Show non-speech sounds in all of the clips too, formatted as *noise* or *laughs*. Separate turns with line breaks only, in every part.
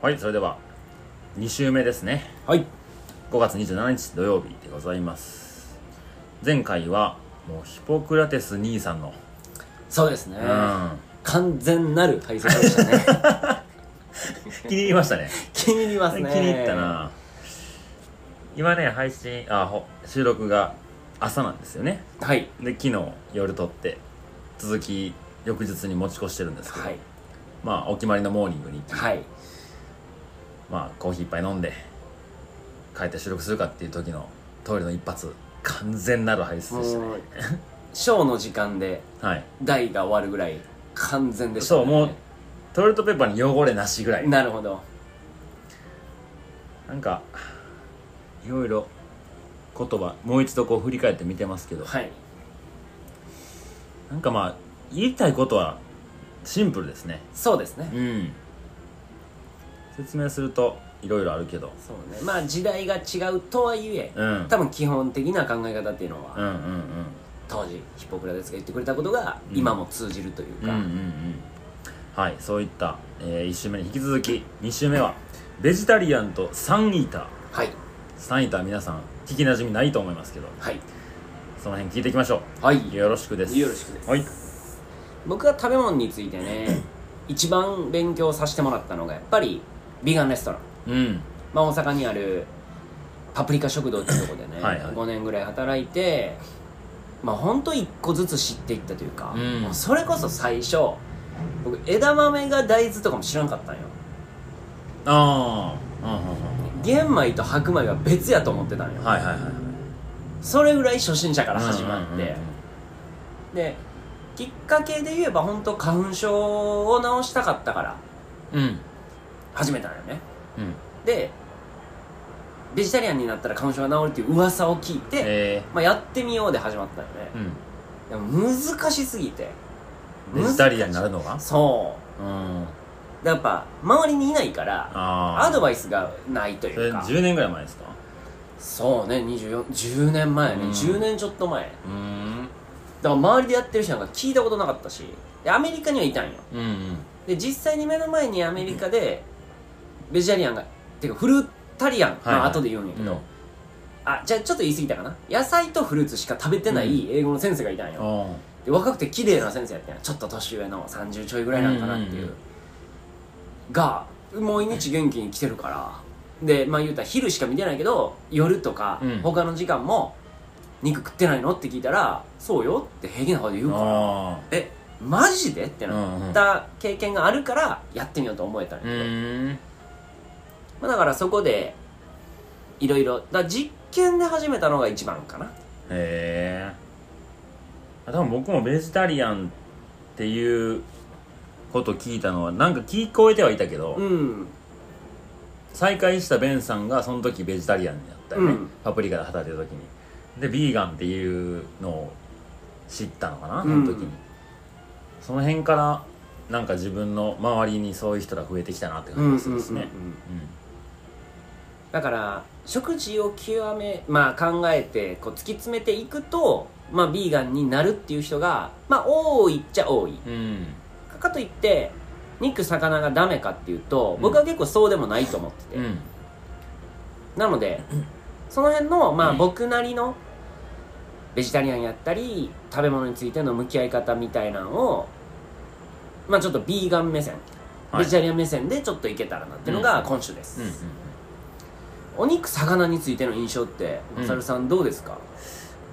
はいそれでは2週目ですね
はい
5月27日土曜日でございます前回はもうヒポクラテス兄さんの、
そうですね、
うん
完全なる解説
*laughs*
でしたね
気に入りました
*laughs*
ね
気に入ります
気に
ね
入ったな今ね配信あほ収録が朝なんですよね
はい
で昨日夜撮って続き翌日に持ち越してるんですけど、
はい
まあお決まりのモーニングに行き
はい
まあコーヒー一杯飲んで帰って収録するかっていう時のトイレの一発完全なる排出
も
でしたね
うショーの時間で
はい
台が終わるぐらい完全でした、ね、
そうもうトイレットペーパーに汚れなしぐらい
なるほど
なんかいろいろ言葉もう一度こう振り返って見てますけど
はい
なんかまあ言いたいことはシンプルですね
そうですね、
うん説明するといろいろあるけど
そうねまあ時代が違うとはいえ、
うん
多分基本的な考え方っていうのは、
うんうんうん
当時ヒポクラテスが言ってくれたことが今も通じるという
うんう
か、
んうんはいそういった、え1週目に引き続き2週目はベジタリアンとサンイーター
はい
サンイーター皆さん聞きなじみないと思いますけど
はい
その辺聞いていきましょ
は
う
い
よろしくです
よろしくです
はい
僕は食べ物についてね一番勉強させてもらったのがやっぱりビガンレストラン、
うん
まあ、大阪にあるパプリカ食堂っていうとこでね
はいはい
5年ぐらい働いてまあほんと1個ずつ知っていったというか、
うん
もうそれこそ最初僕枝豆が大豆とかも知らんかったんよ
ああうんうん
玄米と白米は別やと思ってたん
う
よ
んはいはいはい
それぐらい初心者から始まって、
うんうんうん
できっかけで言えば本当花粉症を治したかったから
うん
始めたんよね
うん
でベジタリアンになったら花粉症が治るっていう噂を聞いて、
え
まあ、やってみようで始まったよね
ー、う、ん
でも難しすぎて
ベジタリアンになるのが
そ
うん
うやっぱ周りにいないから
あ
アド
バ
バイスがないと
そ
い
れ
うか
10年ぐらい前ですか
そうね24 10年前ね、
うん
10年ちょっと前だか
うーん
ら周りでやってる人なんか聞いたことなかったしでアメリカにはいたんよ
うんうん
で実際に目の前にアメリカでベジタリアンがていうかフルタリアン、
はい
ま
はい
あ後で言うんやけど、
うん
あじゃあちょっと言い過ぎたかな野菜とフルーツしか食べてない英語の先生がいたんよ、
あ
で若くて綺麗な先生やったんやちょっと年上の30ちょいぐらいなんかなっ
う
ていう、
んうんうん
が毎日元気に来てるからでまあ言うたら昼しか見てないけど夜とか
うん
他の時間も肉食ってないのって聞いたら「そうよ」って平気な顔で言うから
あ
「えマジで?」ってなった経験があるからやってみようと思えたん
う
やけど、
ーん
まあ、だからそこでいろいろだから実験で始めたのが一番かな
へえ多分僕もベジタリアンっていうこと聞いたのはなんか聞こえてはいたけど、
うん
再会したベンさんがその時ベジタリアンだったよね、
うん
パプリカで働いてた時にでビーガンっていうのを知ったのかなそ
うん
の時に、その辺からなんか自分の周りにそういう人が増えてきたなって感じがするですね
うんうんうんう
う
ん
ん
だから食事を極め、まあ、考えてこう突き詰めていくと、まあ、ビーガンになるっていう人が、まあ、多いっちゃ多い
うん
かといって肉魚がダメかっていうと
うん
僕は結構そうでもないと思ってて、
うん
なのでその辺の、まあ、僕なりのベジタリアンやったり食べ物についての向き合い方みたいなのを、まあ、ちょっとビーガン目線、
はい
ベジタリアン目線でちょっといけたらなっていうのが今週です、
うんうん
お肉魚についての印象って
うん
お猿さんどうですか、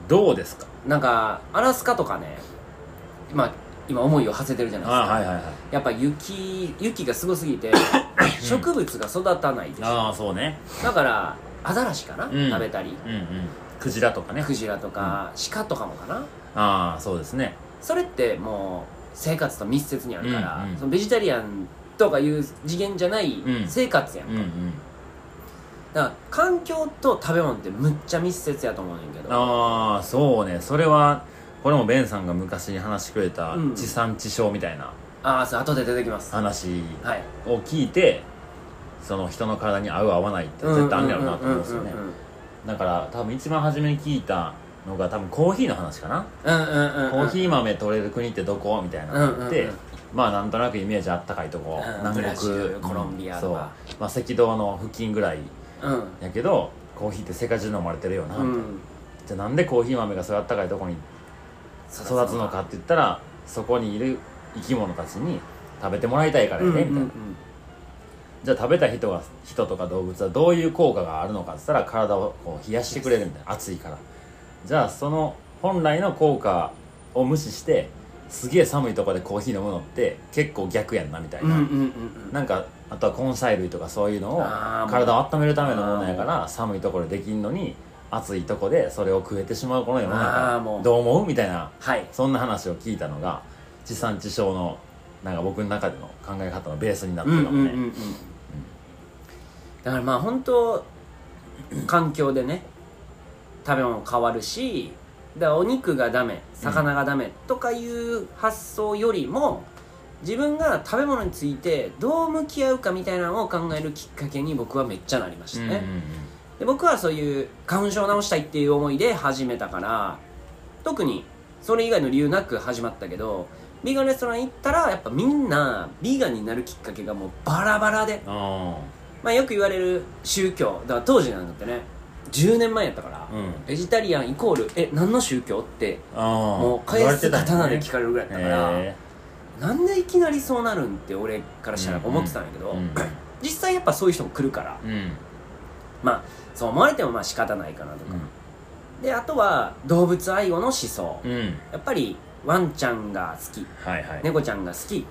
どうですか
なんかアラスカとかねまあ今思いを馳せてるじゃないです
あ
か
はいはいはい
やっぱ雪雪がすごすぎ
*coughs*
て植物が育たないでしょ
ああそうね
だからアザラシかな、
うん
食べたり
うんうんクジラとかね
クジラとか、鹿とかもかな
ああそうですね
それってもう生活と密接にあるから、
うんうん
そのベジタリアンとかいう次元じゃない
うん
生活やん、
うんうん
だから環境と食べ物ってむっちゃ密接やと思うねんけど
ああそうねそれはこれもベンさんが昔話してくれた
うん
地産地消みたいな
ああそう後で出てきますは
話
い
を聞いてその人の体に合う合わないって絶対あんねやろうなと思うんですよね
うんうん
だから多分一番初めに聞いたのが多分コーヒーの話かな
うんうんうんうんうんうんうん
コーヒー豆取れる国ってどこみたいなのがあって
うんうん
まあなんとなくイメージあったかいとこ、
うんブ
南
ラジ
国
ルコロンビア
そ
と
う
か、
まあ、赤道の付近ぐらい
うん
やけどコーヒーって世界中で飲まれてるよな、
うん
じゃあなんでコーヒー豆がそういうあったかいとこに育つのかって言ったらそこにいる生き物たちに食べてもらいたいから
う
や
んう
ね、
んう
みたい
ん
なじゃあ食べた人が人とか動物はどういう効果があるのかって言ったら体をこう冷やしてくれるみたいな暑いからじゃあその本来の効果を無視してすげえ寒いとこでコーヒー飲むのって結構逆やんなみたい
うんう
な、
んうん
なんかあとは根菜類とかそういうのを
あー
体を温めるためのものやから寒いところでできんのに暑いとこでそれを食えてしまうこの世の
あーも
中
う
どう思うみたいな
はい
そんな話を聞いたのが地産地消のなんか僕の中での考え方のベースになってるかもね、
うんうんうんうんだからまあ本当環境でね食べ物変わるしだからお肉がダメ魚がダメとかいう発想よりも自分が食べ物についてどう向き合うかみたいなのを考えるきっかけに僕はめっちゃなりましたね、
うんうんうん
で僕はそういう花粉症を治したいっていう思いで始めたから特にそれ以外の理由なく始まったけどビーガンレストラン行ったらやっぱみんなビーガンになるきっかけがもうバラバラで、
あ
まあ、よく言われる宗教だから当時なんだってね10年前やったから、
ーうん
ベジタリアンイコールえ何の宗教って
あー
もう
言わ
返
れ
す
てたんやね
刀で聞かれるぐらいだったから、
へ
なんでいきなりそうなるんって俺からしたら思ってたんやけ
ー
ど、
うん
実際やっぱそういう人も来るから
うんうん
まあそう思われてもまあ仕方ないかなとか、であとは動物愛護の思想、
うん
やっぱりワンちゃんが好き
はいはい、
猫ちゃんが好き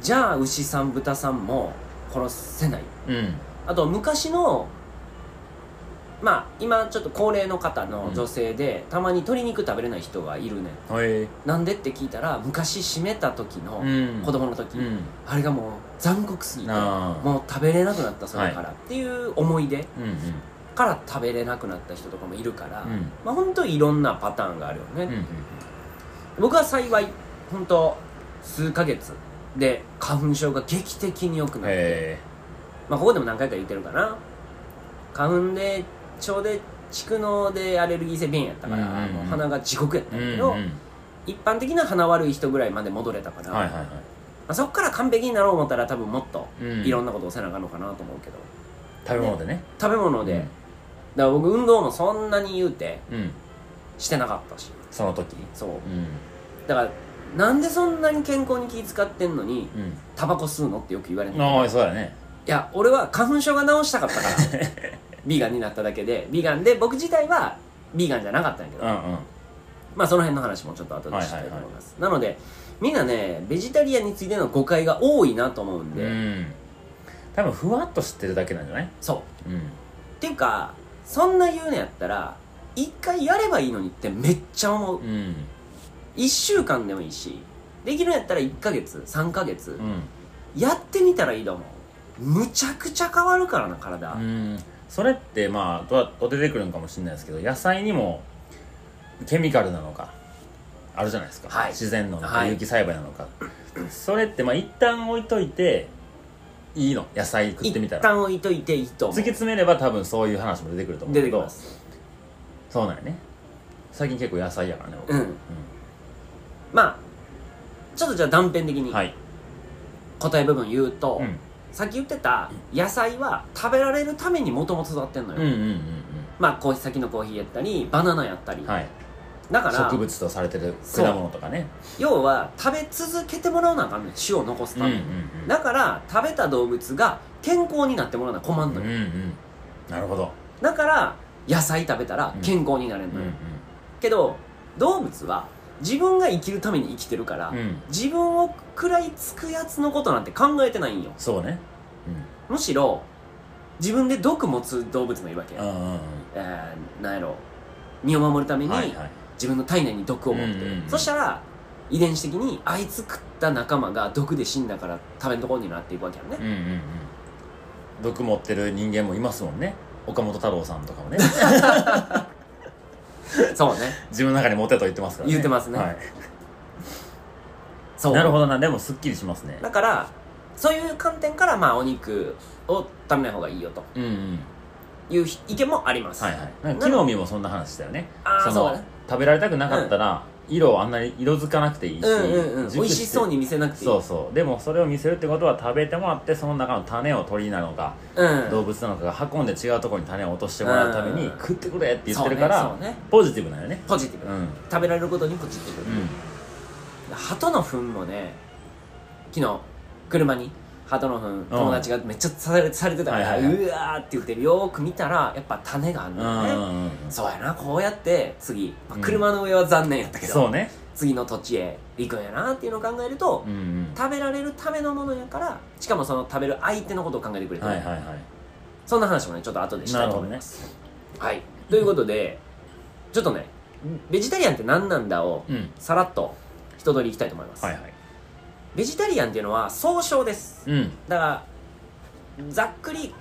じゃあ牛さん豚さんも殺せない
うん
あと昔のまあ今ちょっと高齢の方の女性で、たまに鶏肉食べれない人がいるね
はい
なんでって聞いたら昔締めた時の
うん
子供の時、
うん
あれがもう残酷すぎて
あー
もう食べれなくなったそれから、っていう思い出
うんうん
から食べれなくなった人とかもいるから、
うん
まあ本当いろんなパターンがあるよね、
うんうん
僕は幸い本当数ヶ月で花粉症が劇的に良くなって、
へ
まあ、ここでも何回か言ってるかな花粉で腸で蓄膿でアレルギー性鼻炎やったから、
うんうんうん
もう鼻が地獄やった
え
んやけ
ー
ど、
うんうん
一般的な鼻悪い人ぐらいまで戻れたから、
はい
ま
はいは
あ、そこから完璧になろう思ったら多分もっと
い、うん、
いろんなことをせなあかんのかなと思うけど
食べ物でね
食べ物で、だから僕運動もそんなに言うて
うん、うん、
してなかったし
その時
そう
うん
だからなんでそんなに健康に気遣ってんのに
うん
タバコ吸うのってよく言われる
ああそうだね
いや俺は花粉症が治した
*laughs*
かったからビーガンになっただけでビーガンで僕自体はビーガンじゃなかったんやけ
う
ど、
んうん
まあその辺の話もちょっと後でしたいと思います、なのでみんなねベジタリアンについての誤解が多いなと思うんで、
うん多分ふわっと知ってるだけなんじゃない
そうっ
うん
ていうかそんな言うのやったら一回やればいいのにってめっちゃ思う
うん
1週間でもいいしできるんやったら1ヶ月3ヶ
う、
月
ん
やってみたらいいと思うむちゃくちゃ変わるからな体、
うんそれってまあどうやどう出てくるのかもしれないですけど野菜にもケミカルなのかあるじゃないですか、
はい
自然のなの
は
か
い
有機栽培なのか、それってまあ一旦置いといていいの野菜食ってみた
一
ら
旦置いといていいと
突
思
き詰めれば多分そういう話も出てくると
う
思う
出
け
てき
ど
ます
そうなんやね最近結構野菜やからね僕、
うんまあちょっとじゃあ断片的に
はい、
答え部分言うと、
うん、
さっき言ってた野菜は食べられるためにもともと育ってんのよ、
うんうんうん
まあコーヒー先のコーヒーやったりバナナやったり、
うんはい
だから
植物とされてる
そう
果物とかね
要は食べ続けてもらわなあかんねん種を残す
うん
た
うん
めに、だから食べた動物が健康になってもらわな困ん
うんうん
のよ、
うんなるほど
だから野菜食べたら健康になれる
う
の
ん
よ、けど動物は自分が生きるために生きてるから、
うんうん
自分を食らいつくやつのことなんて考えてないんよ
そうね
むしろ自分で毒持つ動物もいるわけ、
うんうんうん
えー、なんやろ身を守るため
うん
に
はいはい
自分の体内に毒を持っ
う
てる、
んうんうん
そしたら遺伝子的にあいつ食った仲間が毒で死んだから食べんとこになっていくわけやんね
うんうんうん毒持ってる人間もいますもんね岡本太郎さんとか
*laughs*
もね
そうね
自分の中にモテと言ってますからね
言ってますね
はい
そう
なるほ
ど
どなでもすっきりしますね
だからそういう観点からまあお肉を食べない方がいいよと
うんうん
いう意見もあります、
はいはいなんか木の実もそんな話したよね
ああ
そ
そう
の
だね
食べられたくなかったら、色をあんなに色づかなくていいし、
うんうんうん美
熟て
味しそうに見せなくていい
そうそうでもそれを見せるってことは食べてもらってその中の種を鳥なのか、
うん
動物なのかが運んで違うところに種を落としてもらうために、
うん
食ってくれって言ってるから、
そうねそうね
ポジティブなんよね
ポジティブ、
うんうん
食べられることにポジティブ、鳩の糞もね昨日車に鳩の糞友達がめっちゃされされてたから、
はいはいはいう
わーって言ってるよーく見たらやっぱ種があるんだ
う
よね、
んうんうん
そうやなこうやって次、まあ
うん
車の上は残念やったけど、
そうね
次の土地へ行くんやなっていうのを考えると、
うんうん
食べられるためのものやからしかもその食べる相手のことを考えてくれてる、
はいはいはい
そんな話もねちょっと後でしたいと思います、はいということでちょっとねベジタリアンって何なんだを
うん
さらっと一通りいきたいと思います、
はいはい
ベジタリアンっていうのは総称です
うん
だからざっくり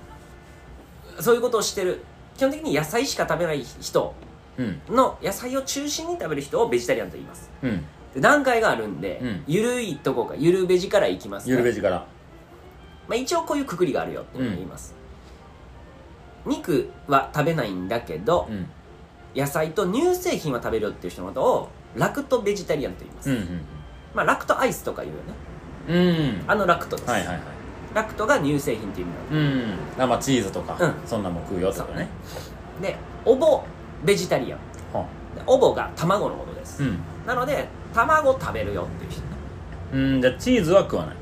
そういうことをしてる基本的に野菜しか食べない人
うん
の野菜を中心に食べる人をベジタリアンと言います
うん
で段階があるんで、
うん
ゆるいとこかゆるベジからいきますね
ゆるベジから
まあ、一応こういうくくりがあるよっていうのを言います、肉は食べないんだけど
う、ん
野菜と乳製品は食べるよっていう人のことをラクトベジタリアンと言います、
うん
まあ、ラクトアイスとか言うよ
う
ね
んうん
あのラクトです、
はいはいはい
ラクトが乳製品っていう意味なんで
うんあまあチーズとか、
うん
そんなんも食うよとかね
でオボベジタリアン
は
でオボが卵のことです、
うん
なので卵食べるよっていう人
うんじゃあチーズは食わない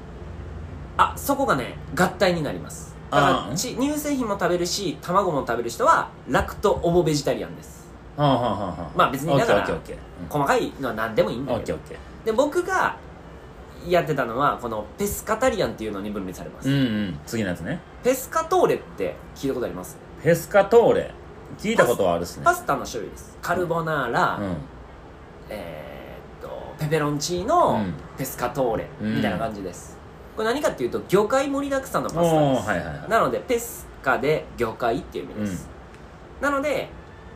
あそこがね合体になりますだか
あー
らち乳製品も食べるし卵も食べる人はラクトオボベジタリアンです
はあはあはあはあ
まあ別にだから
オッケーオッケー
細かいのは何でもいいんだ
オッケ
け
ー
ど
オッケー
で僕がやってたのはこのペスカタリアンっていうのに分類されます、
うんうん次のやつね
ペスカトーレって聞いたことあります
ペスカトーレ聞いたことはあるしね
パスタの種類ですカルボナーラ、
うん
えーっとペペロンチー
う
ノ、
ん
ペスカトーレ
うん
みたいな感じです、これ何かっていうと魚介盛りだくさんのパスタです、
おおはいはいはい
なのでペスカで魚介っていう意味です、なので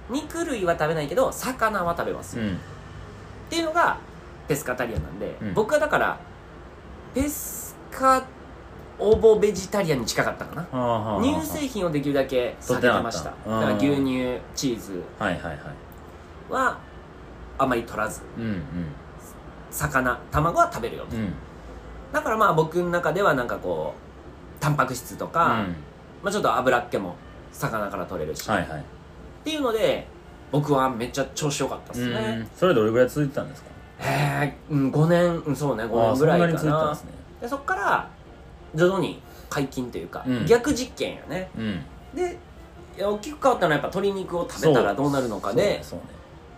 肉類は食べないけど魚は食べます、
う
っ
ん
ていうのがペスカタリアンなんで、
うん
僕はだからペスカオボベジタリアンに近かったかな
はあはあはあ
乳製品をできるだけ避けてました
取って
だ
な
か
からった
牛乳チーズ
はいはいはい
はあまり取らず
うん
魚卵は食べるよ、
うんうん
だからまあ僕の中ではなんかこうタンパク質とか、まあ、ちょっと油っ気も魚から取れるし、
うんはいはい
っていうので僕はめっちゃ調子良かったで
う
すね
んそれどれぐらい続いてたんですか
へえ、うん、5年うんそうね5
ああ
年ぐ
そん
らい
な
か
に
な
続いてたんですね
でそっから徐々に解禁というか、
うん
逆実験やね
うん
でいや大きく変わったのはやっぱ鶏肉を食べたらどうなるのかで
そうね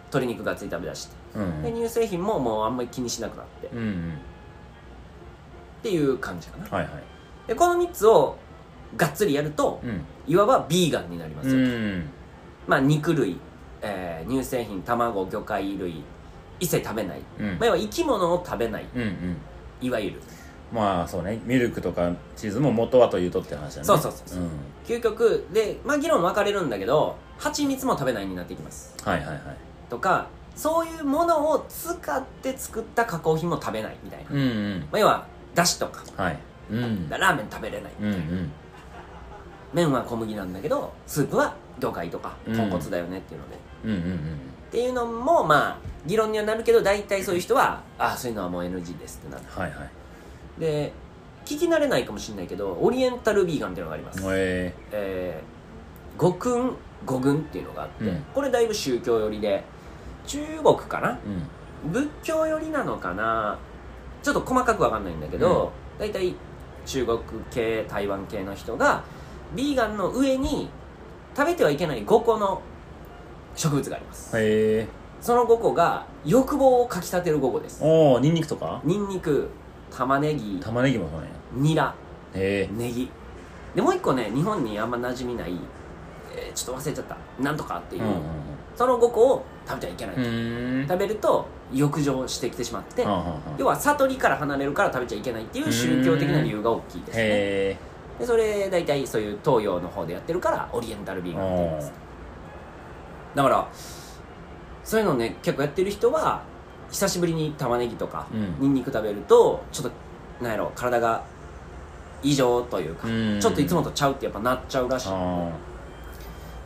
鶏肉がつい食べだして
そうね
で乳製品ももうあんまり気にしなくなってっ
うんうんうん
ていう感じかな
はいはい
でこの3つをがっつりやると
うん
いわばビーガンになります
う
よ、
ん
まあ肉類、えー乳製品卵魚介類一切食べない、
うん
まあ、要は生き物を食べない
うんうん
いわゆる
まあそうねミルクとかチーズも元はというとって話だね
そうそうそうそうん究極でまあ議論分かれるんだけど蜂蜜も食べないになっていきます
はいはいはい
とかそういうものを使って作った加工品も食べないみたいな、
うんうん
まあ、要はだしとか
はいうん
ラーメン食べれない、
うんうん
麺は小麦なんだけどスープは魚介とか
うん
豚骨だよねっていうので、
うんうんうん
っていうのもまあ議論にはなるけど大体そういう人はああそういうのはもう NG ですってなる
はいはい
で聞き慣れないかもしれないけどオリエンタルビーガンっていうのがあります、
え
えー、五軍五軍っていうのがあって、
うん
これだいぶ宗教寄りで中国かな
ーうん
仏教寄りなのかなちょっと細かくわかんないんだけど、だいたい中国系台湾系の人がビーガンの上に食べてはいけない5個の植物があります、
へえ
その5個が欲望をかきたてる5個です
おおニンニクとか
ニンニク玉ねぎ
玉ねぎもそうなんや
ニラ
へ
ネギでもう一個ね日本にあんま馴染みない、えーちょっと忘れちゃったなんとかって
え
いうう、
ん
その5個を食べちゃいけない、
うんうんうん
食べると欲情してきてしまって、
はあはあはあ
要は悟りから離れるから食べちゃいけないっていう宗教的な理由が大きいですね
へ
でそれ大体そういう東洋の方でやってるからオリエンタルビ
え
ーガンって言いますだからそういうのね結構やってる人は久しぶりに玉ねぎとか、
うん
ニンニク食べるとちょっとなんやろ体が異常というか、
うん
ちょっといつもとちゃうってやっぱなっちゃうらしい
あ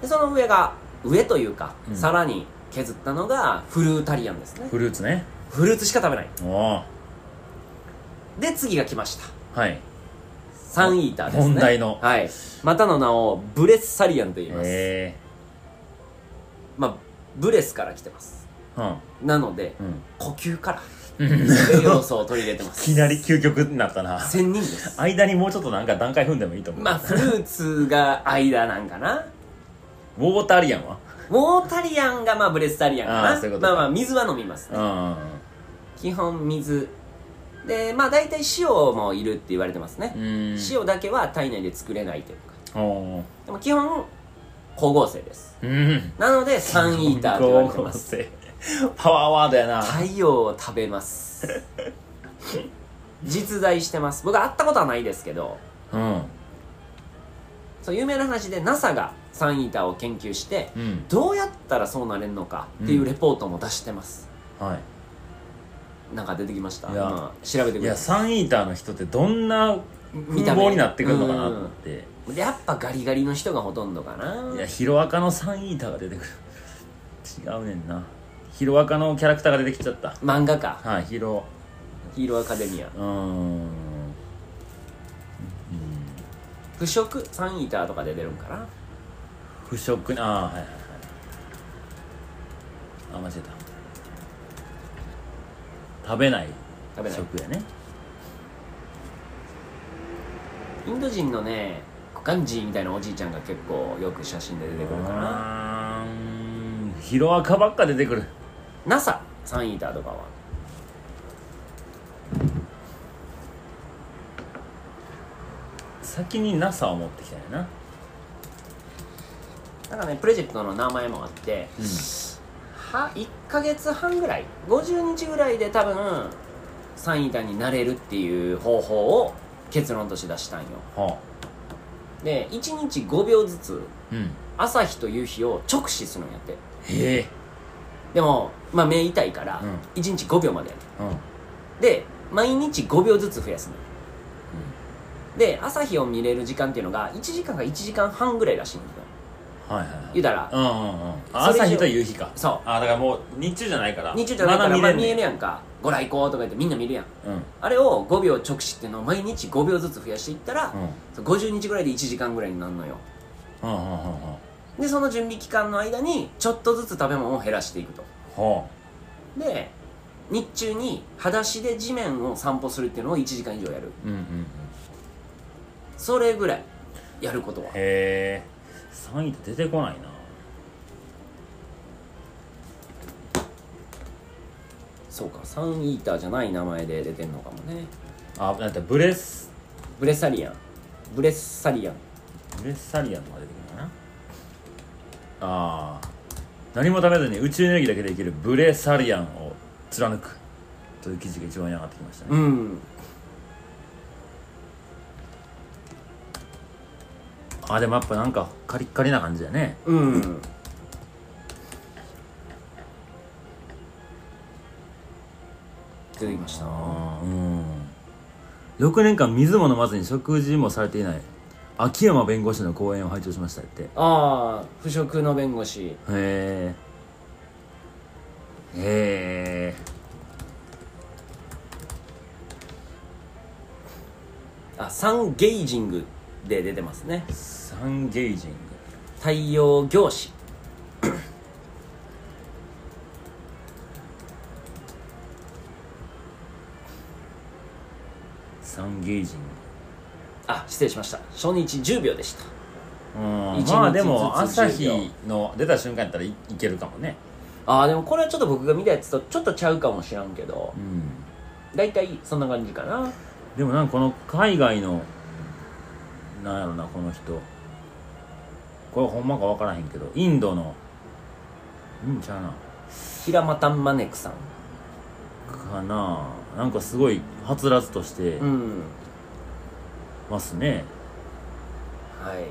でその上が上というか、
うん
さらに削ったのがフルータリアンですね
フルーツね
フルーツしか食べない
おお
で次が来ました
はい
サンイーターですね
本題の
はいまたの名をブレッサリアンと言います、
え
まあブレスから来てます
えうん
なので
うん
呼吸から栄養素を取り入れてま
い
す
きなり究極になったな
仙人です
間にもうちょっとなんか段階踏んでもいいと思う、
まあフルーツが間なんかな
ウォーターリアンは
ウォータリアンがまあブレスタリアンかな
あーそういうこと
ま
か
あまあ水は飲みますね
う
基本水でまあ大体塩もいるって言われてますね、
んうん
塩だけは体内で作れないというか
おー
でも基本光合成です
うん
なのでサンイーターと言われてます
光合成パワーワードやな
太陽を食べます
*laughs*
実在してます僕は会ったことはないですけど
うん
そう有名な話で NASA がサンイーターを研究して
うん
どうやったらそうなれるのかっていうレポートも出してます、
はい
なんか出てきました
いや
今調べて
い
くれ
やサンイーターの人ってどんな
見
風
た目
貌になってくるのかなと思って
でやっぱガリガリの人がほとんどかない
やヒロアカのサンイーターが出てくる違うねんなヒロアカのキャラクターが出てきちゃった
漫画か
はいヒロ
ヒーローアカデミア
うーん
腐食サンイーターとかで出るんかな
腐食なあーはいはいはいあ間違えた食べない
食べない
食やね
インド人のねガンジーみたいなおじいちゃんが結構よく写真で出てくるかな
あーんヒロアカばっか出てくる
NASA サンイーターとかは
先に NASA を持ってきたんやな
なんかねプロジェクトの名前もあって、
うん
は1ヶ月半ぐらい50日ぐらいで多分サンイーターになれるっていう方法を結論として出したんよ
は
で1日5秒ずつ
あうん
朝日と夕日を直視するんやって
へえ
でも、まあ、目痛いから
うん
1日5秒までやる
うん
で毎日5秒ずつ増やすの、で朝日を見れる時間っていうのが1時間か1時間半ぐらいらしいんだよ
はいはいはい
言うたら
うんうんうんあ
それ
朝
以上
日と夕日か
そう
あだからもう日中じゃないから
日中じゃないから、
ま
ま
だ
あ、
見
見
れ
え
ん
る
ね
やんかご来光とか言ってみんな見るやん
うんうん
あれを5秒直視っていうのを毎日5秒ずつ増やしていったら、そう50日ぐらいで1時間ぐらいになるのよ
うんうんうんうん
でその準備期間の間にちょっとずつ食べ物を減らしていくと
は
で日中に裸足で地面を散歩するっていうのを1時間以上やる
あうんうんうん
それぐらいやることは
へえ3位って出てこないな
そうかサンイーターじゃない名前で出てんのかもね
あだってブレス
ブレサリアンブレッサリアン
ブレッサリアンとか出てくるのかなああ何も食べずに宇宙エネルギーだけで生きるブレサリアンを貫くという記事が一番に上がってきましたね、
うん
あでもやっぱなんかカリッカリな感じだね
うん出てきました
ああうん6年間水も飲まずに食事もされていない秋山弁護士の講演を拝聴しましたってへ
ああ腐食の弁護士
えへえ
あサンゲイジングで出てますね
サンゲージング
太陽凝視
サンゲージン
あ失礼しました初日10秒でした
グうん
一日
まあでも
ずつ10
朝日の出た瞬間やったらいいけるかもね
ああでもこれはちょっと僕が見たやつとちょっとちゃうかもしらんけど
うん
大体そんな感じかな
でもなんかこの海外のなんやろなこの人これほんまか分からへんけどインドのうんちゃうな
平間タンマネクさん
かななんかすごいはつらつとして
うん
ますね、
はい
はい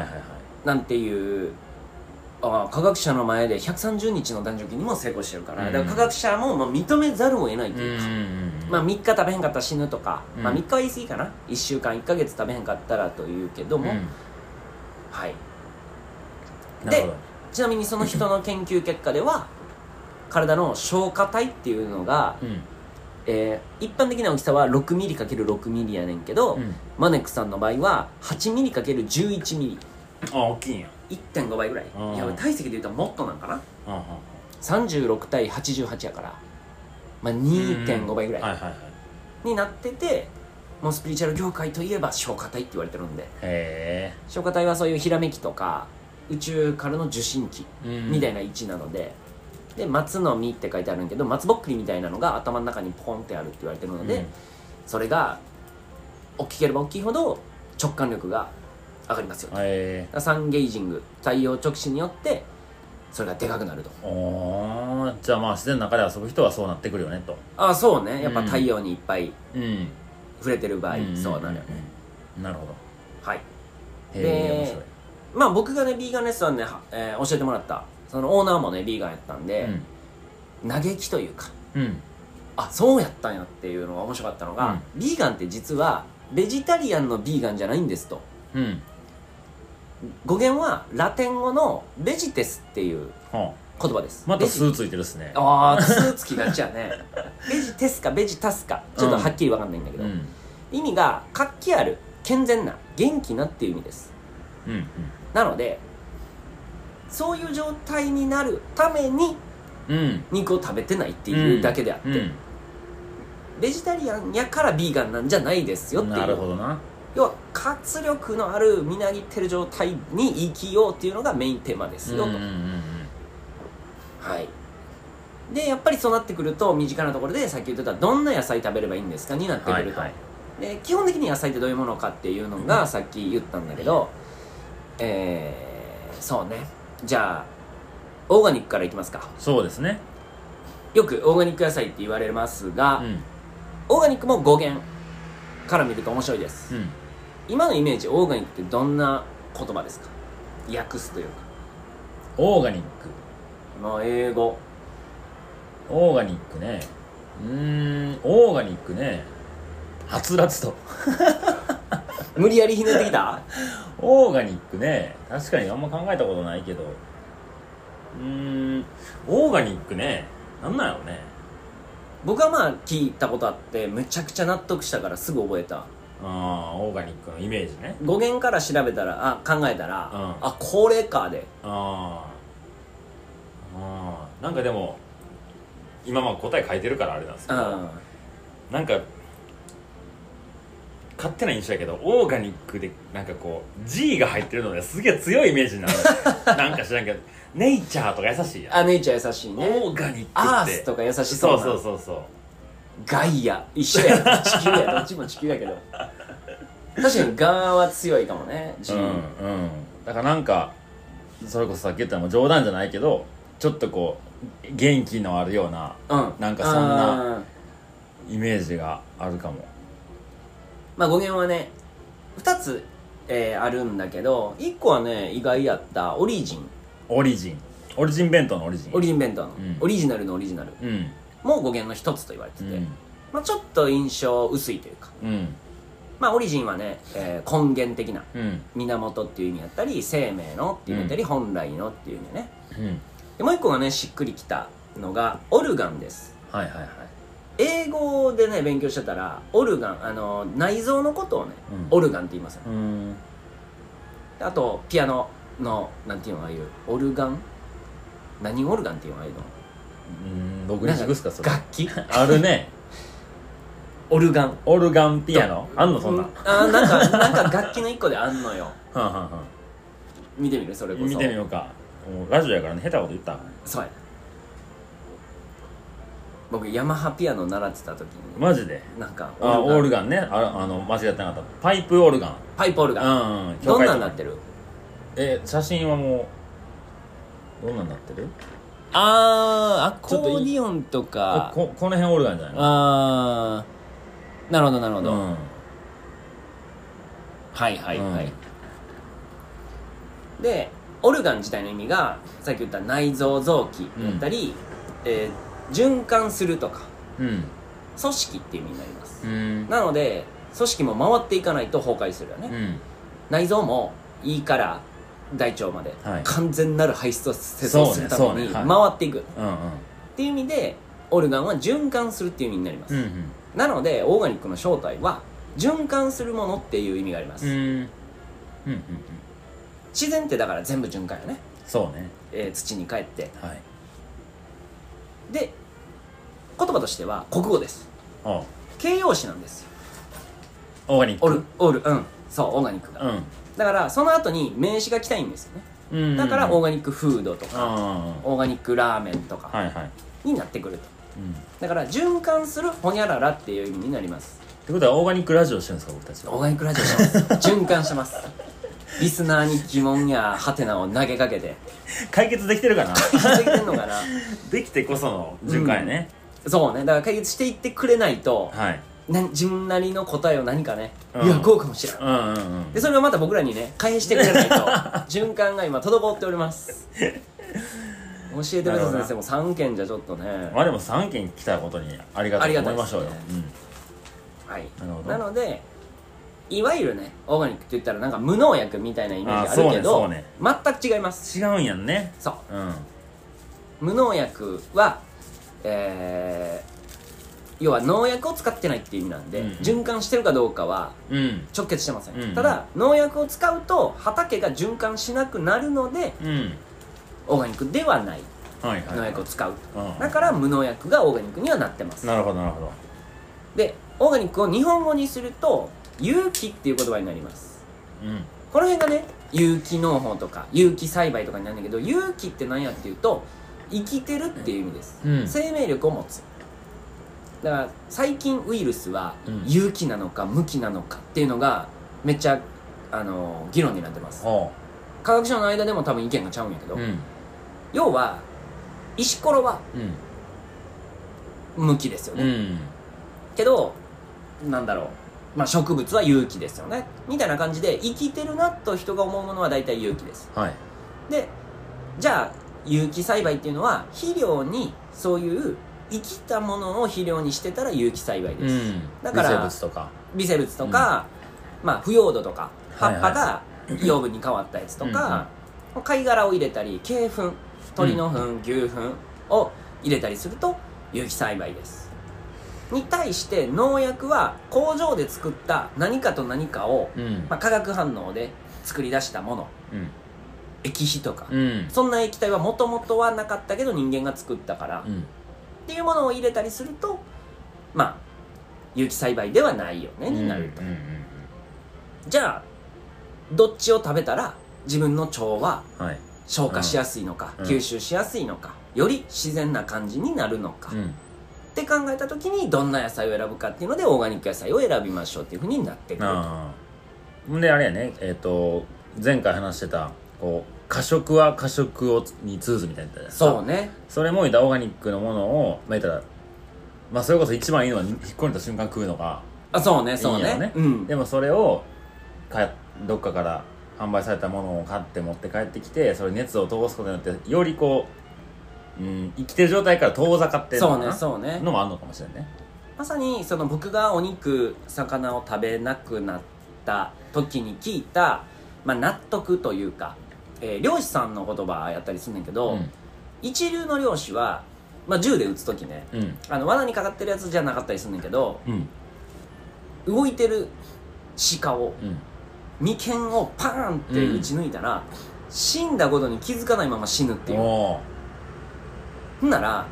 はいはい
なんていうあー科学者の前で130日の誕生日にも成功してるから,、
うん
だから科学者もまあ認めざるを得ないと
う
い
ん
う
う
か、
んうん
まあ、3日食べへんかったら死ぬとか、
うん
まあ、3日は言い過ぎかな1週間1ヶ月食べへんかったらというけども、
うん
はい
なるほど
でちなみにその人の研究結果では *laughs* 体の消化体っていうのが、
うん
えー一般的な大きさは 6mm×6mm やねんけど、
うん
マネックさんの場合は 8mm×11mm1.5
あ大きいんや
倍ぐらい
うん
いや体積で言うともっとなんかな
うんうんうん
36対88やから、まあ、
う
2.5
ん
倍ぐらい
はいはいはい
になっててもうスピリチュアル業界といえば消化体って言われてるんで
へ
消化体はそういうひらめきとか宇宙からの受信機
えうん
みたいな位置なので、で松の実って書いてあるんやけど松ぼっくりみたいなのが頭の中にポンってあるって言われてるので、
うん
それが大きければ大きいほど直感力が上がりますよと、
へえ
サンゲージング太陽直視によってそれがでかくなると
おーじゃあまあ自然の中で遊ぶ人はそうなってくるよねと
ああそうねやっぱ
うん
太陽にいっぱい
うん
触れてる場合、そうなるよね、
うんなるほど
はい
へ
で
え面白い
まあ僕がねビーガンレストランで、はえー教えてもらったそのオーナーもねビーガンやったんで、嘆きというか
うんうん
あそうやったんやっていうのが面白かったのが、ビーガンって実はベジタリアンのビーガンじゃないんですと
うん
語源はラテン語のベジテスっていう
は
言葉です
あまた
ベジ
数ついてるっすね
ああつつきがちや
*laughs*
ねベジテスかベジタスかちょっとはっきりわかんないんだけ
う
ど、
ん
意味が活気ある健全な元気なっていう意味です
うんうん
なのでそういう状態になるために
うん
肉を食べてないっていうだけであって、
うん
ベジタリアンやからビーガンなんじゃないですよっていう
なるほどな
要は活力のあるみなぎってる状態に生きようっていうのがメインテーマですよと、
うんうんうん
はいでやっぱりそうなってくると身近なところでさっき言ってたどんな野菜食べればいいんですかになって
うん
く
は
る
い
と、
はい
で基本的に野菜ってどういうものかっていうのがさっき言ったんだけど、えー、そうねじゃあオーガニックからいきますか
そうですね
よくオーガニック野菜って言われますが、
うん
オーガニックも語源から見ると面白いです、
うん
今のイメージオーガニックってどんな言葉ですか訳すというか
オーガニック
まあ英語
オーガニックねうーんオーガニックねはつらつと
無理やりひねって
*laughs*
きた
オーガニックね確かにあんま考えたことないけどうーんオーガニックねなんなんやろうね
僕はまあ聞いたことあってむちゃくちゃ納得したからすぐ覚えた
ああオーガニックのイメージね
語源から調べたらあ考えたら、
うん
あこれかで
あーあーなんかでも今まあ答え書いてるからあれなんですけ
う
ど、
ん
なんか勝手な印象やけどオーガニックでなんかこう G が入ってるのですげえ強いイメージに *laughs* なるなんか知らんけどネイチャーとか優しいやん
あネイチャー優しいね
オーガニックって
アースとか優しそう
そうそう
な
そうそう
ガイア一緒や地球やどっちも地球や
*laughs*
けど確かにガーは強いかもね、G
うんうんだからなんかそれこそさっき言ったのも冗談じゃないけどちょっとこう元気のあるような
うん
なんかそんな
あー
イメージがあるかも
まあ語源はね2つ、えーあるんだけど1個はね意外やったオリジン
オリジンオリジン弁当のオリジン
オリジン弁当
う
の、
ん
オリジナルのオリジナル
うん
も語源の一つと言われて
う
て、
ん
まあ、ちょっと印象薄いというか
うん
まあオリジンはね、えー根源的な
うん
源っていう意味やったり生命のっていう意味やったり、本来のっていう意味ね
うん
でもう一個がねしっくりきたのがオルガンです
はいはいはい
英語でね勉強してたらオルガンあの内臓のことをね、
うん
オルガンって言いますよ
うん
であとピアノのなんていうのああいうオルガン何オルガンっていうのああいうの
うん僕にくすかそれ
楽器
あるね
オルガン
オルガンピアノあんのそんな
うん
は
あーなんかなんか楽器の一個であんのよ
んはんはん
見てみるそれこそ
見てみようかもうラジオやからね下手なこと言ったらあかん
そうや僕ヤマハピアノ習ってた時に、
マジで
なんか
あオル
ガ
ガン
ン
ねああの間違ってなかったパイプオルガン
パイプオルガン
うんうん
どんなんなって
る
る
え写真はもうどんなんなってる
あーア
コーディ
オンと
こここの辺オルガンじゃないの
あーなるほどなるほ
うん
はいはい
うん
はい、でオルガン自体の意味がさっき言った内臓臓器だったり、えー循環するとか
うん
組織っていう意味になります、
うん
なので組織も回っていかないと崩壊するよね、
うん
内臓もいいから大腸まで、
はい
完全なる排出を切断するた
そう
め
ね
に
そう
回
ねは
っていくっ
うんうん
ていう意味でオルガンは循環するっていう意味になります、
うん
なのでオーガニックの正体は循環するものっていう意味があります、
うんうんうんうん
自然ってだから全部循環よね、
そうね
えー土に帰って
はい
で言葉としては国語です
おう
形容詞なんですよ
オーガニック
オルオルうんそうオーガニックが、
うん
だからその後に名詞が来たいんですよね
うん
だからオー
ガ
ガニックフードとか、
あ
オーガニックラーメンと
あ
か
はいはい
になってくると
うんっ
だから循環するホニャララっていう意味になります
てことはオーガニックラジオしてるんですか僕たち
オー
は
ガニックラジオしてます *laughs* 循環してますリスナーに疑問やハテナを投げかけて
解決できてる
*laughs*
かな
続いてんのかな
できてこその循環やね
そうねだから解決していってくれないと
はい
な自分なりの答えを何かね、
うん
いやこうかもしれない
うんうんうん
でそれをまた僕らにね返してく
*laughs*
れないと循環が今滞っております教えてください先生も3件じゃちょっとね
まあでも3件来たことにありが
あ
た
り
いと
がた
思い
いで
ますし
ね
ょうよ
はい
なるほど
のでいわゆるねオーガニックって言ったらなんか無農薬みたいなイメージ
あ
あ
そう
る
ね
けど
そうね
全く違います
うん違うんやんね
そう
うん
無農薬はえー要は農薬を使ってないっていう意味なんで、
うんうん
循環してるかどうかは
うん
直結してません、
うんうん
ただ農薬を使うと畑が循環しなくなるので
うん
オーガニックではない
はいはい
農薬を使う、
うん
だから無農薬がオーガニックにはなってます
なるほどなるほど
でオーガニックを日本語にすると有機っていう言葉になります
うん
この辺がね有機農法とか有機栽培とかになるんだけど有機って何やっていうと生きてるっていう意味です、
うん
生命力を持つだから最近ウイルスは
うん
有機なのか無機なのかっていうのがめっちゃあの議論になってます
ほ
科学者の間でも多分意見がちゃうんやけど、
ううん
要は石ころは
うん
無機ですよね、
うん
けどなんだろうまあ植物は有機ですよねみたいな感じで生きてるなと人が思うものは大体有機です
はい
でじゃあ有機栽培っていうのは肥料にそういう生きたものを肥料にしてたら有機栽培です、
ん
だから
微生物とか
微生物とか、まあ腐葉土とか葉
はい
っ
はい
ぱが養分に変わったやつとか、貝殻を入れたり鶏粉鳥の糞、牛糞を入れたりすると有機栽培ですに対して農薬は工場で作った何かと何かを、
うん
まあ、化学反応で作り出したもの
うん
液肥とか
うん
そんな液体はもともとはなかったけど人間が作ったから、
うん
っていうものを入れたりするとまあ有機栽培ではないよねになると、
うんうん
じゃあどっちを食べたら自分の腸は
うんはい
消化しやすいのか、
うん
吸収しやすいのかより自然な感じになるのか、
う
っ
ん
て考えた時にどんな野菜を選ぶかっていうのでオーガニック野菜を選びましょうっていうふうになってくると
ああんであれやねえっと前回話してたこう過食は過食をに通ずみたいなやつや
そうね
それもいたオーガニックのものをまあ言ったらまあそれこそ一番いいのは引っこ抜いた瞬間食うのが
あそうねそう
いい
ね
よね
うん
でもそれをかどっかから販売されたものを買って持って帰ってきてそれ熱を通すことによってよりこう、うん、生きてる状態から遠ざかってるの
そ
か
うね
な
そうね
のもあるのかもしれないね
まさにその僕がお肉魚を食べなくなった時に聞いた、まあ、納得というか、えー漁師さんの言葉やったりすんねんけど、一流の漁師は、まあ、銃で撃つ時ね
うんうん
あの罠にかかってるやつじゃなかったりすんねんけど
うん
動いてる鹿を
うん
眉間をパーンって撃ち抜いたら、死んだことに気づかないまま死ぬっていう
お
ほんなら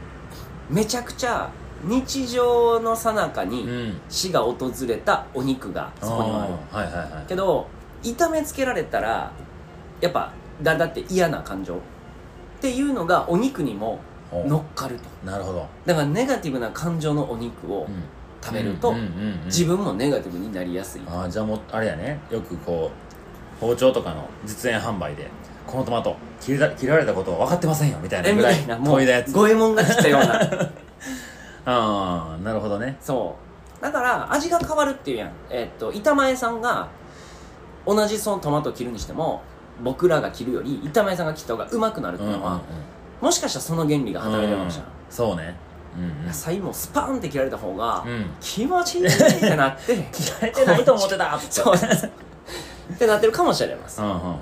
めちゃくちゃ日常の最中に、
ーうん
死が訪れたお肉がそこにはある
あーはいはいはい
けど痛めつけられたらやっぱだだって嫌な感情っていうのがお肉にも
おー
乗っかると
なるほど、
だからネガティブな感情のお肉を
うん
食べると、
うんうんうんうん
自分もネガティブになりやすい、
ああじゃあもうあれやねよくこう包丁とかの実演販売でこのトマト切れた切られたことは分かってませんよみたいな
えみ
ぐ
た
ら
い
い
なもう
研いだやつ
五右衛門が来たような
ああなるほどね
そうだから味が変わるっていうやんえっと板前さんが同じそのトマト切るにしても僕らが切るより板前さんが切った方がうまくなるっ
う
て
ん
いうう
う
ん
ん
のは、もしかしたらその原理が働いてるかもしれない、
そうねうんうん
野菜もスパーンって切られた方が、
うん
気持ちいいってなって
切られてないと思ってた *laughs*
そうですってなってるかもしれません
うんうんうん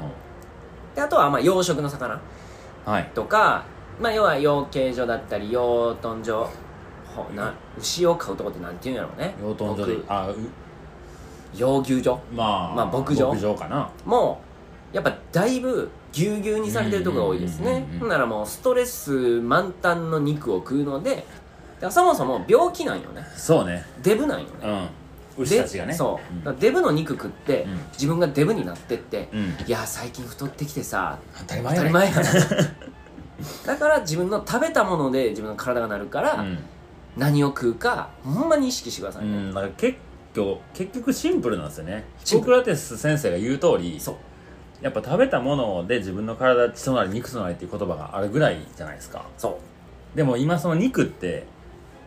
であとはまあ養殖の魚
はい
とか、まあ、要は養鶏場だったり養豚場ほな牛を飼うとこってなんて言うんやろうね
養豚場で
僕
あう
養牛場
まあ、
まあ牧場
牧場かな
もやっぱだいぶぎゅうぎゅうにされてるとこが多いです
うんうん
ね
うんうん
ほんならもうストレス満タンの肉を食うのでだからそもそも病気なんよね
そうね
デブなんよ
う
ね
ん牛
で
たちがね
そう、
う
だか
ん
らデブの肉食って、
うん
自分がデブになってって、
うん
いやー最近太ってきてさ
当たり
当
前
た
や
り
ね
前やな
*laughs*
だから自分の食べたもので自分の体がなるから、何を食うかほんまに意識してください
うん、
ね、
うん、だから結局結局シンプルなんですよねヒ
シン
ポ
プ
ク
ル
ラテス先生が言う通り
そう
やっぱ食べたもので自分の体血となり肉となりっていう言葉があるぐらいじゃないですか
そ
でも今その肉って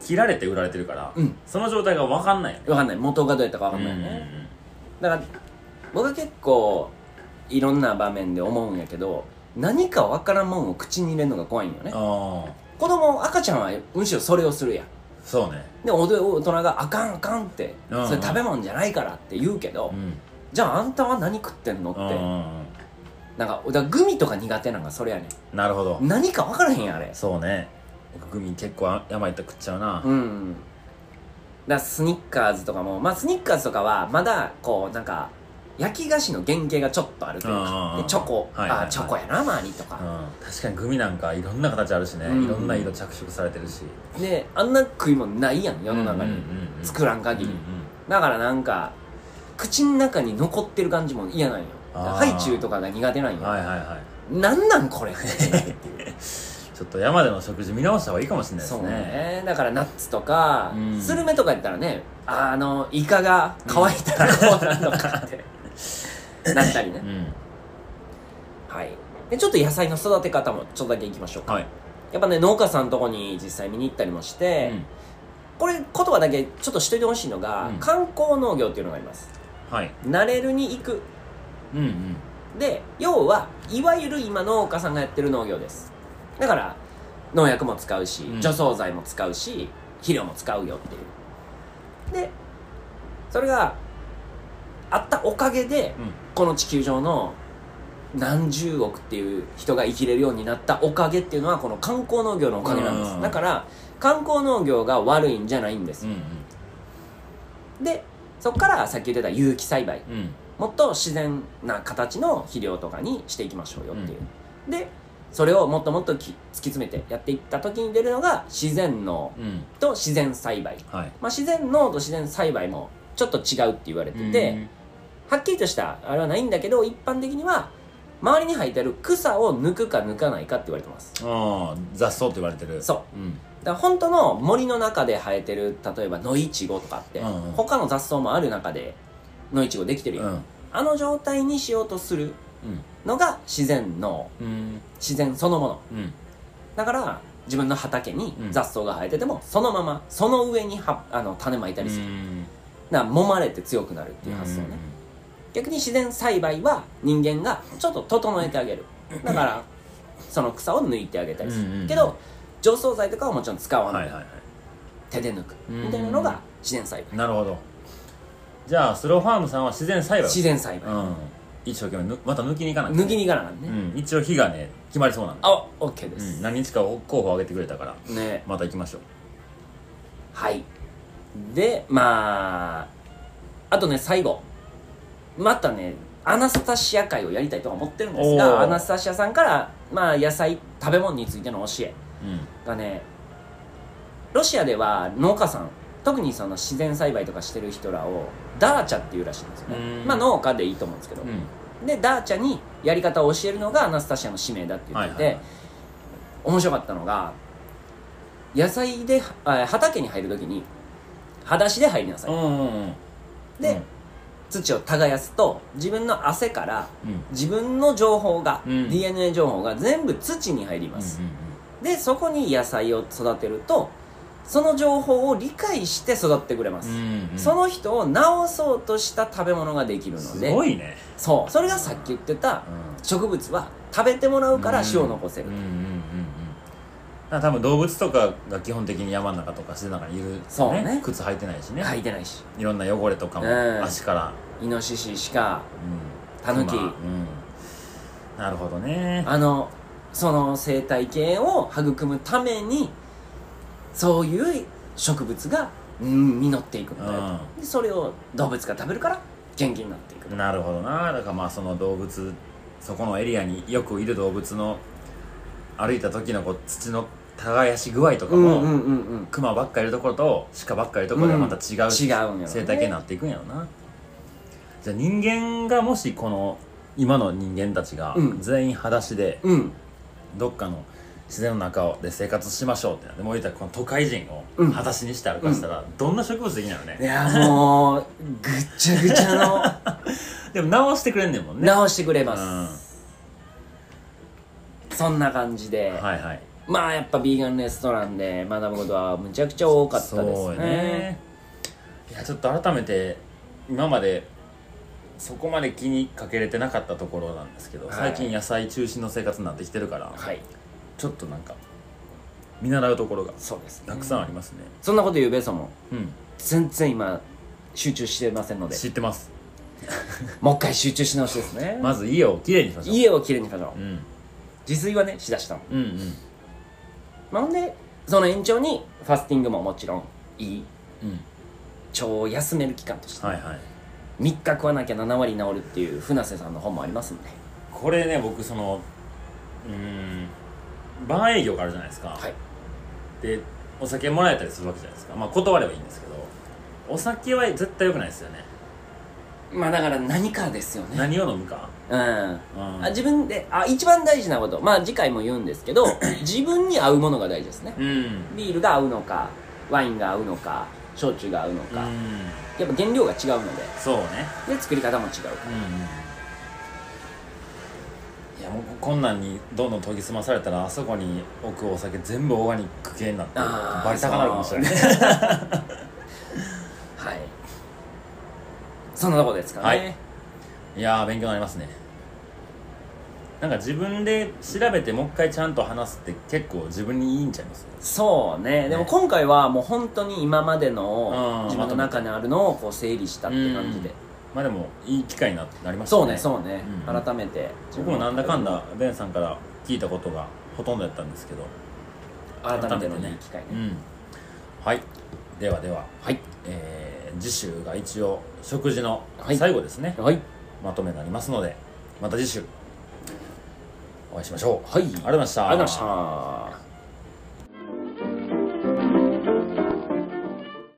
切られて売られてるから、
うん
その状態が分かんないよね
う分かんない元がどうやったか分かんないよね、だから僕は結構いろんな場面で思うんやけど何かわからんもんを口に入れるのが怖いんよね
ああ
子供赤ちゃんはむしろそれをするやん
そうね
でおで大人が「あかんあかん」って「
うんうん
それ食べ物じゃないから」って言うけど、
うん
じゃああんたは何食ってんのっ
う
て、
んうん
なんかだからグミとか苦手なんかそれやね
うんなるほど
ん何かわからへんやんあれ
そうね僕グミ結構あ病と食っちゃうな、
うんだからスニッカーズとかもまあスニッカーズとかはまだこうなんか焼き菓子の原型がちょっとあるという
うんうん
か
うん
でチョコ、
はいはいはい
あチョコやな周りとか、
うん、確かにグミなんかいろんな形あるしね、
うん
いろんな色着色されてるし
であんな食い物ないやん世の中
うんう
に
んうんうん
作らん限り、
うん
だからなんか口の中に残ってる感じも嫌なんよ
あー
ハイチュウとかが苦手なん
うん
よ、
はいはいはい
なんな
*laughs*
んこれ
ちょっと山での食事見直した方がいいかもしれないです
そう
ね
ねだからナッツとか、
うん
スルメとかやったらねあのイカが乾いたらこうなるのか
*laughs*
ってなったりね、はいでちょっと野菜の育て方もちょっとだけいきましょう
うん
か、
はい、
やっぱね農家さんのとこに実際見に行ったりもして、
うん
これ言葉だけちょっとしといてほしいのが、
うん
観光農業っていうのがあります
はい
慣れるに行く
うんうん
で要はいわゆる今農家さんがやってる農業ですだから農薬も使うし、
うん
除草剤も使うし肥料も使うよっていうでそれがあったおかげで、
うん
この地球上の何十億っていう人が生きれるようになったおかげっていうのはこの観光農業のおかげなんです、
うん
だから観光農業が悪いんじゃないんです
うん、
でそこからさっき言ってた有機栽培
うんうん
もっと自然な形の肥料とかにしていきましょうよっていう、でそれをもっともっとき突き詰めてやっていった時に出るのが自然農
うん
と自然栽培、
はい
まあ、自然農と自然栽培もちょっと違うって言われてて、はっきりとしたあれはないんだけど一般的には周りに生えてる草を抜くか抜かないかって言われてます
うんああ雑草って言われてる、
そう
うん、
だから本当の森の中で生えてる例えば野いちごとかあって、
うんうん
他の雑草もある中で野いちごできてるよ、
うん
あの状態にしようとするのが自然農
うん
自然そのもの
うん
だから自分の畑に
うん
雑草が生えてても、そのままその上にはあの種まいたりする、
ん
だから揉まれて強くなるっていう発想ね、逆に自然栽培は人間がちょっと整えてあげるだからその草を抜いてあげたりす
うんうんう
る
ん
けど除草剤とかはもちろん使わ
は
ないい
はいは
手で抜く
うん
みたいなのが自然栽培
いなるほどじゃあスローファームさんは自然栽培を
自然栽培
うん一生懸命ぬまた抜きに行かな
抜きに
に
いかなあかん
う
ね
ん一応日がね決まりそうなんだ
あオッケーで
うん
す
何日か候補を挙げてくれたから
ね
また行きましょう
はいでまああとね最後またねアナスタシア会をやりたいとは思ってるんです
おー
がアナスタシアさんからまあ野菜食べ物についての教え
うん
がねロシアでは農家さん特にその自然栽培とかしてる人らをダーチャっていうらしいんですよね
うん
まあ農家でいいと思うんですけど、
う
でダーチャにやり方を教えるのがアナスタシアの使命だって
ん
言
は
っ
い
て
はい
て、
はい
面白かったのが野菜であ畑に入る時に裸足で入りなさ
う
い、
んうんうん
で、土を耕すと自分の汗から
うんうん
自分の情報が、
うん
DNA 情報が全部土に入ります、でそこに野菜を育てるとその情報を理解して育ってくれま
う
す、
んうんうん
その人を治そうとした食べ物ができるの
す
で
ごいね
そうそれがさっき言ってた
う
植物は食べてもらうから種を残せる、
んうんうんうんうんだから多分動物とかが基本的に山の中とか自然の中にいる
そうね
靴履いてないしね、
書
い、
いてないし
ろんな汚れとかも
うん
足から、
イノシシしか
うん、
タヌキ
熊うんなるほどね
あのその生態系を育むためにそういう植物がうん実っていくんだよと、でそれを動物が食べるから元気になっていくと
なるほどなだからまあその動物そこのエリアによくいる動物の歩いた時のこう土の耕し具合とかも、
うんうんうん
熊ばっかいるところと鹿ばっかいるところではまた違う,、
違うんやろね
生態系になっていくんやろなじゃあ人間がもしこの今の人間たちが
うん
全員裸足で
うん
どっかの自然の中で生活しましょうってなってもう言ったらこの都会人を
うん
裸足にして歩かせたらどんな植物できないの
い
ね、
やもうぐっちゃぐ
*laughs*
ちゃ
でも直してくれんねんもん
の
ね
直してくれ
うん
ます、そんな感じで、
はいはい
まあやっぱビーガンレストランで学ぶことはむちゃくちゃ多かったで
そう
す
や
ね
ねいやちょっと改めて今までそこまで気にかけれてなかったところなんですけど、
はい
最近野菜中心の生活になってきてるから、
はい
ちょっとなんか見習うところが
そうですね
たくさんありますね
そんなこと言うべそも
うん
全然今集中してませんので
知ってます
もう一回集中し直しですね、
まず家をきれいにしましょう
家をきれいにしましょう
うん
自炊はねしだしたの
うんうん
まあほんでその延長にファスティングももちろんいい
うん
腸を休める期間として、
はいはい
3日食わなきゃ7割治るっていう船瀬さんの本もありますんで
これね僕そのうーんバー営業があるじゃないですか、
はい
でお酒もらえたりするわけじゃないですかまあ断ればいいんですけどお酒は絶対良くないですよね
まあだから何かですよね
何を飲むか、
うん
うん、
あ自分であ一番大事なことまあ次回も言うんですけ *clears throat* ど自分に合うものが大事ですね
うんうん
ビールが合うのかワインが合うのか焼酎が合うのか、やっぱ原料が違うので
そうね
で作り方も違うから
うんいやもうこんなんにどんどん研ぎ澄まされたらあそこに置くお酒全部オーガニック系になって
あー
バリ高なるかもしれない、
はいそんなとこですかね、
はい *laughs* いやー勉強になりますねなんか自分で調べてもう一回ちゃんと話すって結構自分にいいんちゃいます
そうねでも今回はもう本当に今まで
うん
の自分の中にあるのをこう整理したって感じで、
うんまあでもいい機会にななりましたね
そうねそうね、
うん
改めて
僕もなんだかんだベンさんから聞いたことがほとんどやったんですけど
改めてのいい機会ね
うんはいではでは
はい
えー次週が一応食事の
はい
最後ですね、
はい
まとめになりますのでまた次週お会いしましょう
は
あ
いあ
りがとうございました
りがとうございました